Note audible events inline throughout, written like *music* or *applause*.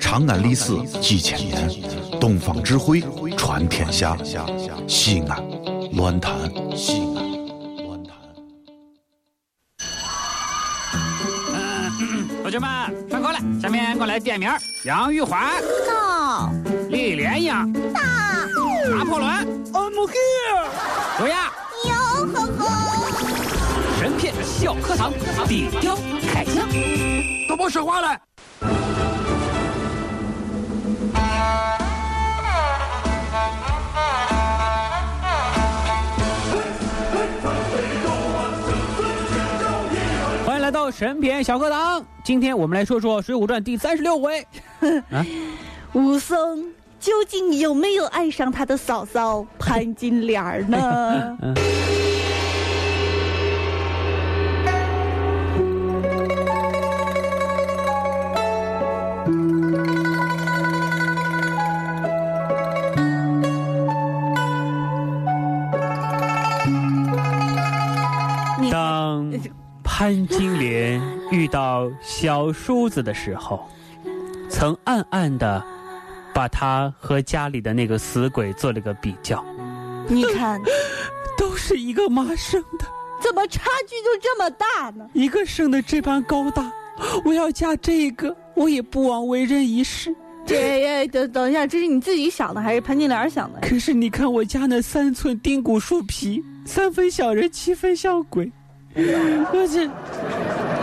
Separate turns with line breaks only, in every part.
长安历史几千年，东方智慧传天下。西安，乱谈西安，乱谈。
同学们上课了，下面我来点名：杨玉环、
到
李莲英、
大
拿破仑、嗯
I'm here。
刘亚、
牛呵呵，
神片小课堂、底雕开讲。
都别说话了。
欢迎来到神片小课堂，今天我们来说说《水浒传》第三十六回。
武松究竟有没有爱上他的嫂嫂潘金莲儿呢？ *laughs* 你
当潘金莲遇到小叔子的时候，曾暗暗的把他和家里的那个死鬼做了个比较，
*laughs* 你看，
都是一个妈生的，
怎么差距就这么大呢？
一个生的这般高大，我要嫁这个，我也不枉为人一世。
这哎等等一下，这是你自己想的还是潘金莲想的？
可是你看我家那三寸丁骨树皮，三分像人，七分像鬼，我这，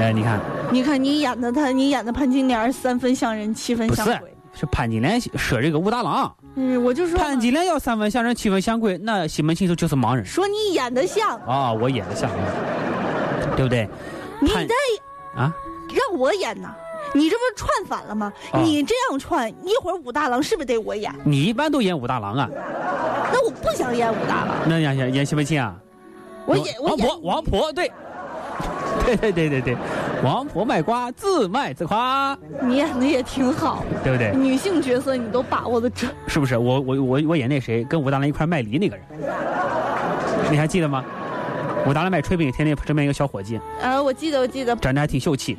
哎，你看
你看你演的他，你演的潘金莲三分像人，七分
不
像
是
鬼。
是潘金莲说这个武大郎。
嗯，我就说嘛
潘金莲要三分像人，七分像鬼，那西门庆就就是盲人
说你演的像，
啊、我演的像，对不对？
你
潘
这
啊，
让我演呐。你这不是串反了吗？
啊
你这样串，一会儿武大郎是不是得我演？
你一般都演武大郎啊，
那我不想演武大郎，
那演演演西门庆啊？
我演我
王
演
婆，王婆对， *laughs* 对对对对对，王婆卖瓜，自卖自夸，
你演的也挺好，
对不对？
女性角色你都把握的准。
是不是？我我我我演那谁跟武大郎一块卖梨那个人，你还记得吗？武大郎卖炊饼，天天身边一个小伙计，
呃，我记得我记得，
长得还挺秀气，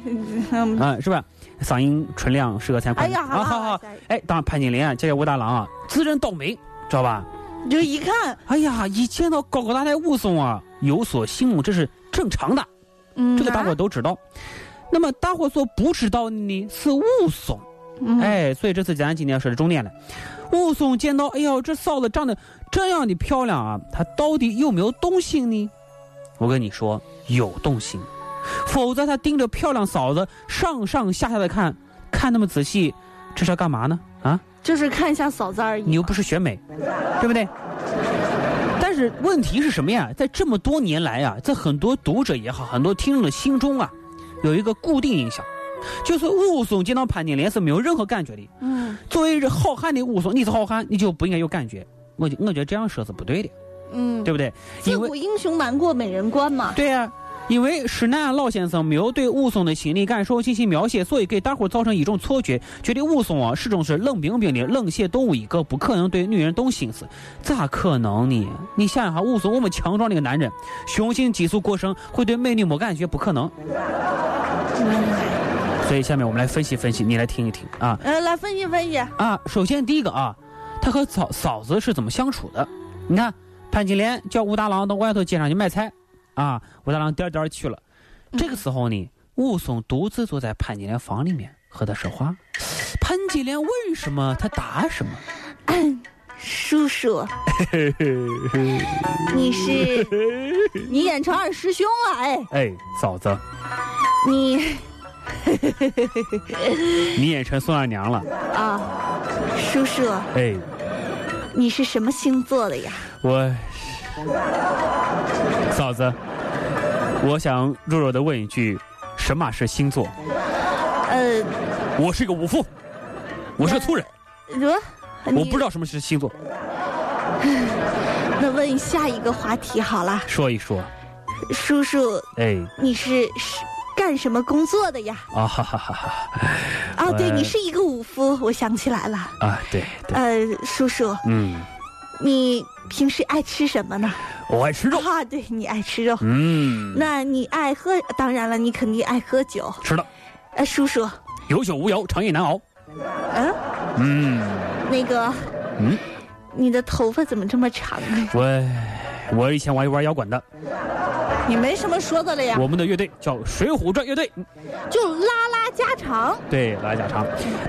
嗯
啊、是吧？嗓音纯亮，适合参观。
哎呀，好
啊，
了
好
好了
好，
下一
哎，当然潘金莲啊，这个武大郎啊，自认倒霉，知道吧？
个就一看，
哎呀，一见到高高大大的武松啊，有所心动，这是正常的，
嗯，
这个大伙都知道。那么大伙所不知道的呢是武松，
嗯，
哎，所以这次咱今天要说的重点了。武松见到，哎呦，这嫂子长得这样的漂亮啊，她到底有没有动心呢？我跟你说，有动心，否则他盯着漂亮嫂子上上下下的看，看那么仔细，这是要干嘛呢？啊？
就是看一下嫂子而已嘛。
你又不是选美，对不对？但是问题是什么呀？在这么多年来啊，在很多读者也好，很多听众的心中啊，有一个固定印象，就是武松见到潘金莲是没有任何感觉的。
嗯
作为这好汉的武松，你是好汉，你就不应该有感觉。我就我觉得这样说是不对的，
嗯，
对不对？
自
因为
古英雄难过美人关嘛。
对呀、因为施耐庵老先生没有对武松的心理感受进行描写，所以给大伙儿造成一种错觉，觉得武松啊始终是冷冰冰的冷血动物一个，不可能对女人动心思。咋可能呢？你想想哈，武松我们强壮的一个男人，雄性激素过剩，会对美女没感觉，不可能。所以下面我们来分析分析，你来听一听啊
呃，来分
*laughs*
析分析，
啊！首先第一个啊，他和嫂嫂子是怎么相处的？你看潘金莲叫武大郎到外头街上去卖菜，啊，武大郎颠儿颠儿去了。这个时候呢，武松独自坐在潘金莲房里面和她说话。潘金莲问什么，他答什么。*laughs*
叔叔，你是你演成二师兄了，哎，
哎，嫂子，
你
你演成孙二娘了。
啊，叔叔，
哎，
你是什么星座的呀？
我嫂子，我想弱弱的问一句，什么是星座？
呃，
我是个武夫，我是粗人，
呃，
我不知
道。
道什么是星座。
那问下一个话题好了，
说一说。
叔叔，
哎，
你是是干什么工作的呀？
啊哈哈哈哈
哦，对，
呃
你是一个武夫，我想起来了。
啊，对对，
呃，叔叔，
嗯，
你平时爱吃什么呢？
我爱吃肉，
啊，对你爱吃肉。
嗯，
那你爱喝，当然了，你肯定爱喝酒。
吃的
呃，叔叔，
有酒无肴，长夜难熬。
啊，
嗯，
那个，
嗯，
你的头发怎么这么长啊？
我我以前玩一玩摇滚的，
你没什么说的了呀，
我们的乐队叫《水浒传》乐队。
嗯就拉拉家常。
对，拉家常。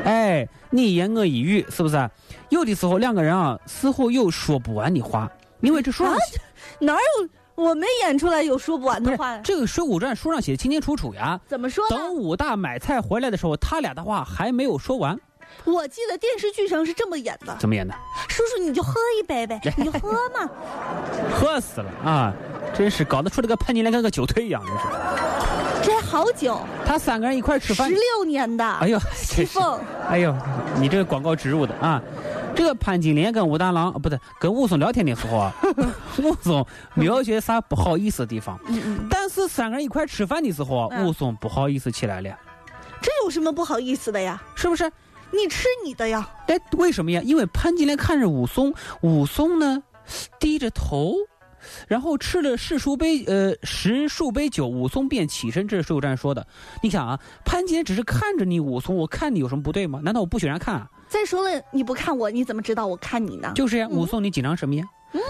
哎，你言我一语，是不是啊？有的时候两个人啊，似乎有说不完的话，因为这书上
啊
写、
哪有我们演出来有说不完
不
的
是
话呀？
这个《水浒传》书上写的清清楚楚呀。
怎么说呢？
等武大买菜回来的时候，他俩的话还没有说完，
我记得电视剧上是这么演的，
怎么演的？
叔叔你就喝一
*laughs*
杯呗，你就喝嘛。
喝死了啊！真是搞得出了个潘金莲跟个酒推一样，真是。
这好酒，
他三个人一块儿吃
十
饭，
六年的。
哎呦，
西
真是。
凤，
哎呦，你这个广告植入的啊！这个潘金莲跟武大郎啊不对，跟武松聊天的时候啊，武松没有些啥不好意思的地方，
嗯嗯，
但是三个人一块吃饭的时候啊，
嗯
武松不好意思起来了，
这有什么不好意思的呀？
是不是？
你吃你的呀，
哎，为什么呀？因为潘金莲看着武松，武松呢低着头，然后吃了十数杯呃十数杯酒，武松便起身。这是水浒传说的。你想啊，潘金莲只是看着你武松，我看你有什么不对吗？难道我不许人家看啊？
再说了，你不看我，你怎么知道我看你呢？
就是呀，
嗯
武松你紧张什么呀？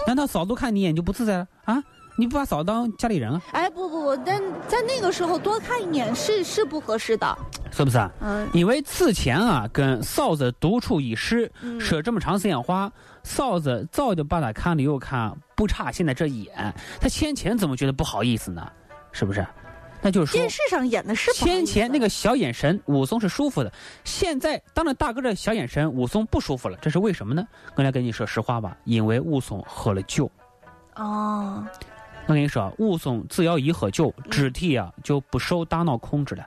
难道嫂子看你一眼就不自在了啊？你不把嫂子当家里人啊？
哎，不不不，但在那个时候多看一眼是是不合适的。
是不是啊？
嗯，
因为此前啊，跟嫂子独处一室，
嗯
说这么长时间话，嫂子早就把他看了又看，不差现在这一眼。他先前怎么觉得不好意思呢？是不是？那就是说
电，视上演的是不好意
先
思
前那个小眼神，武松是舒服的。现在当着大哥的小眼神，武松不舒服了，这是为什么呢？我来跟你说实话吧，因为武松喝了酒。
哦，
我跟你说啊，武松只要一喝酒，肢体啊就不受大脑控制了。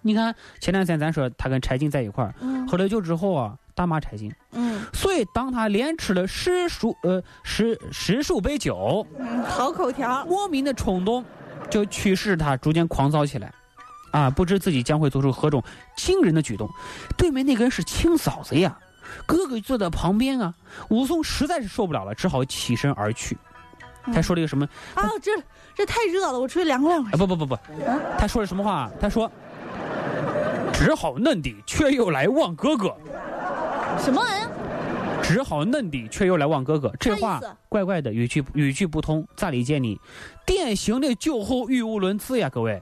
你看前两天咱说他跟柴进在一块儿，
嗯
喝了酒之后啊，大骂柴进。
嗯
所以当他连吃了十数呃十十数杯酒，
嗯，讨口条，
莫名的冲动就驱使他逐渐狂躁起来，啊，不知自己将会做出何种惊人的举动。对面那个人是亲嫂子呀，哥哥坐在旁边啊，武松实在是受不了了，只好起身而去。他说了一个什么？
啊，
嗯
这这太热了，我出去凉快凉快
啊，。不不不不，他说了什么话？他说：“只好嫩的，却又来望哥哥；
什么玩意儿？
只好嫩的，却又来望哥哥。”这
啥意
话
思
怪怪的，语句语句不通，咋理解你？典型的酒后语无伦次呀，各位。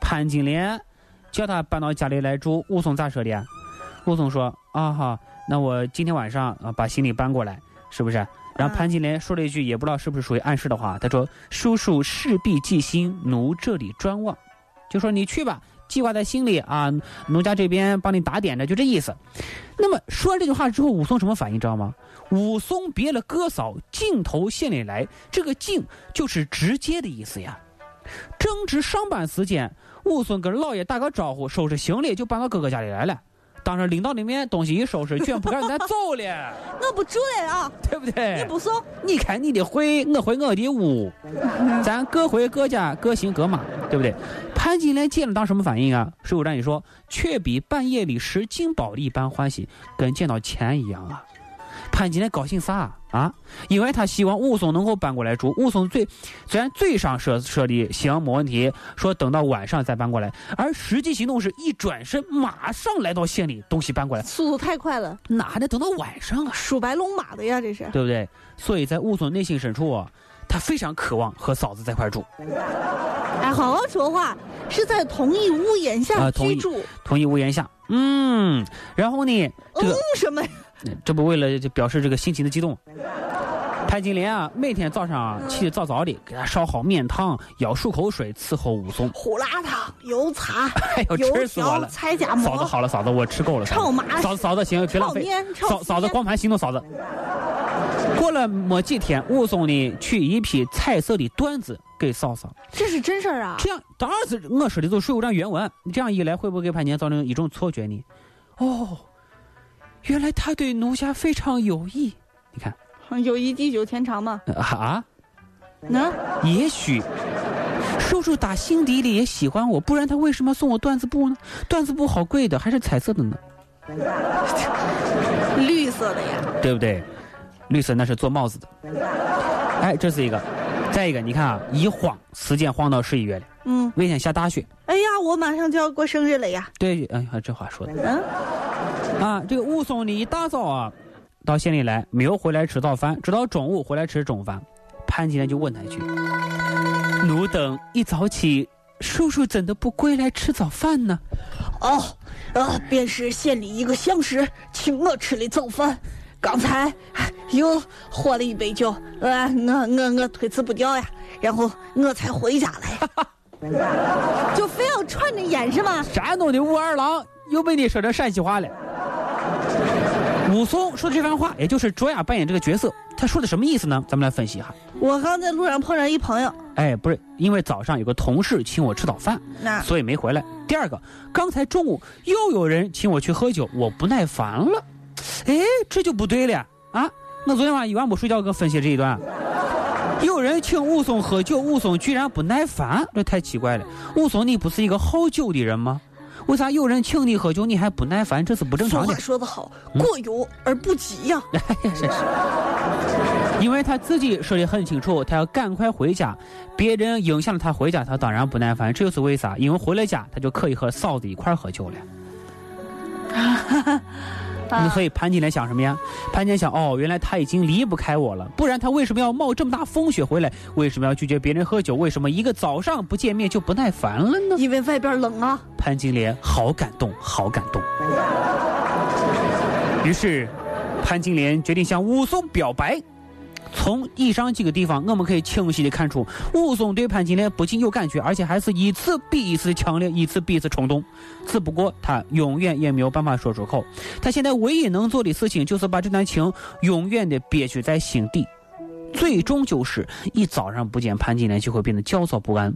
潘金莲叫他搬到家里啊来住，武松咋说的呀？武松说：“啊哈，那我今天晚上啊把行李搬过来，是不是？”然后
嗯
潘金莲说了一句，也不知道是不是属于暗示的话，他说：“叔叔事必记心，奴这里专望。”就说你去吧，记挂在心里啊，奴家这边帮你打点着，就这意思。那么说完这句话之后，武松什么反应知道吗？武松别了哥嫂，径头县里来。这个“径”就是直接的意思呀。正值上班时间，武松跟老爷打个招呼，收拾行李就搬到哥哥家里来了。当时领到里面东西一收拾，卷铺盖咱走 *laughs* 了，
我不出来啊！
对不对？
你不送，
你看你的回，我回我的 *laughs* 屋，咱各回各家，各行各马，对不对？潘金莲见了当什么反应啊？水浒传里说，却比半夜里拾金宝一般欢喜，跟见到钱一样啊。潘金莲高兴啥啊啊？因为她希望武松能够搬过来住。武松最虽然嘴上说说的行没问题，说等到晚上再搬过来，而实际行动是一转身马上来到县里，东西搬过来，
速度太快了，
哪还能等到晚上啊？
属白龙马的呀，这是。
对不对？所以在武松内心深处啊，他非常渴望和嫂子在一块儿住。
哎，好好说话，是在同一屋檐下
啊同
居
意
住，
同意屋檐下，嗯，然后呢，这
嗯
个、
什么呀？
这不为了就表示这个心情的激动。潘金莲啊，每天早上啊
嗯
起得早早的，给他烧好面汤，舀漱口水伺候武松。
胡辣汤、油茶、
哎呦，
油
吃死我
条、
了！
菜夹
嫂子
馍、
好了，嫂子我吃够了。嫂
臭
子
麻
嫂子嫂子行，别浪
炒
费。
面、炒
嫂嫂子
丝
光盘行动，嫂子。过了没几天，武松呢取一批彩色的缎子给嫂嫂。
这是真事儿啊！
这样当然是我说的就是《水浒传》原文。这样一来，会不会给潘金莲造成一种错觉呢？哦，原来他对奴家非常有意。你看
嗯友谊地久天长嘛，嗯
呃啊，
那、
也许叔叔打心底里也喜欢我，不然他为什么送我缎子布呢？缎子布好贵的，还是彩色的呢，
绿色的呀，
对不对？绿色那是做帽子的。哎，这是一个。再一个，你看啊，一晃时间晃到十一月了，
嗯，
危险下大雪。
哎呀，我马上就要过生日了呀，
对，哎呀，这话说的。
嗯，
啊，这个雾凇呢一大早啊到县里来，没有回来吃早饭，直到中午回来吃中饭。潘金莲就问他一句：“奴等一早起，叔叔怎的不归来吃早饭呢
哦，呃，便是县里一个乡绅请我吃的早饭，刚才哎又喝了一杯酒，呃，我我我推辞不掉呀，然后我才回家来。 *laughs* 就非要串着演是吧？”？
山东的武二郎又被你说成陕西话了。武松说的这番话，也就是卓雅扮演这个角色，他说的什么意思呢？咱们来分析一下。
我刚在路上碰上一朋友，
哎，不是，因为早上有个同事请我吃早饭，
那
所以没回来。第二个，刚才中午又有人请我去喝酒，我不耐烦了。哎，这就不对了呀啊！我昨天晚上一晚没睡觉，跟分析这一段。啊有人请武松喝酒，武松居然不耐烦，这太奇怪了。武松，你不是一个好酒的人吗？为啥有人请你喝酒，你还不耐烦？这是不正
俗
常嗯
话
的。
说得好，过犹而不
*laughs*
及呀。
真是。因为他自己说的很清楚，他要赶快回家，别人影响了他回家，他当然不耐烦。这又是为啥？因为回了家，他就可以和嫂子一块儿喝酒了。嗯所以潘金莲想什么呀？潘金莲想，哦，原来他已经离不开我了，不然他为什么要冒这么大风雪回来？为什么要拒绝别人喝酒？为什么一个早上不见面就不耐烦了呢？
因为外边冷啊，
潘金莲好感动，好感动。于是，潘金莲决定向武松表白。从以上几个地方，我们可以清晰的看出，武松对潘金莲不仅有感觉，而且还是一次比一次强烈，一次比一次冲动。只不过他永远也没有办法说出口。他现在唯一能做的事情，就是把这段情永远的憋屈在心底。最终就是一早上不见潘金莲，就会变得焦躁不安，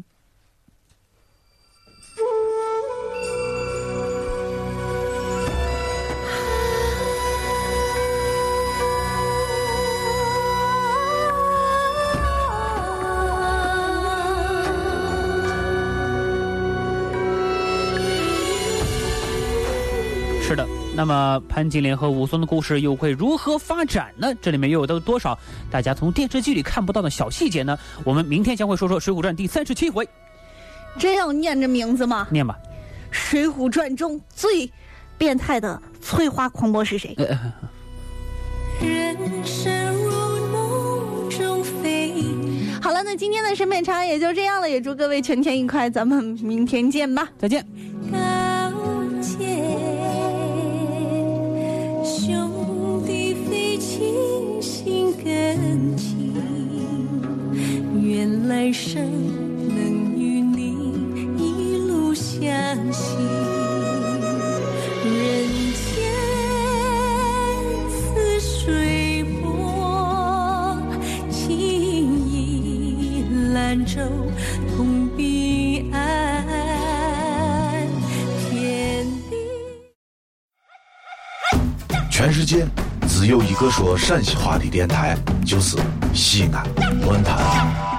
是的，那么潘金莲和武松的故事又会如何发展呢？这里面又有都多少大家从电视剧里看不到的小细节呢？我们明天将会说说《水浒传》第三十七回，
真要念这名字吗？
念吧。
《水浒传》中最变态的翠花狂魔是谁？
人生如梦中飞，
嗯
好了，那今天的审美茶也就这样了，也祝各位全天愉快，咱们明天见吧。
再见。
高洁，兄弟非亲心更亲。愿来生能与你一路相行。人间似水波，情意兰舟同彼岸。天地。
全世界只有一个说陕西话的电台，就是西安论坛。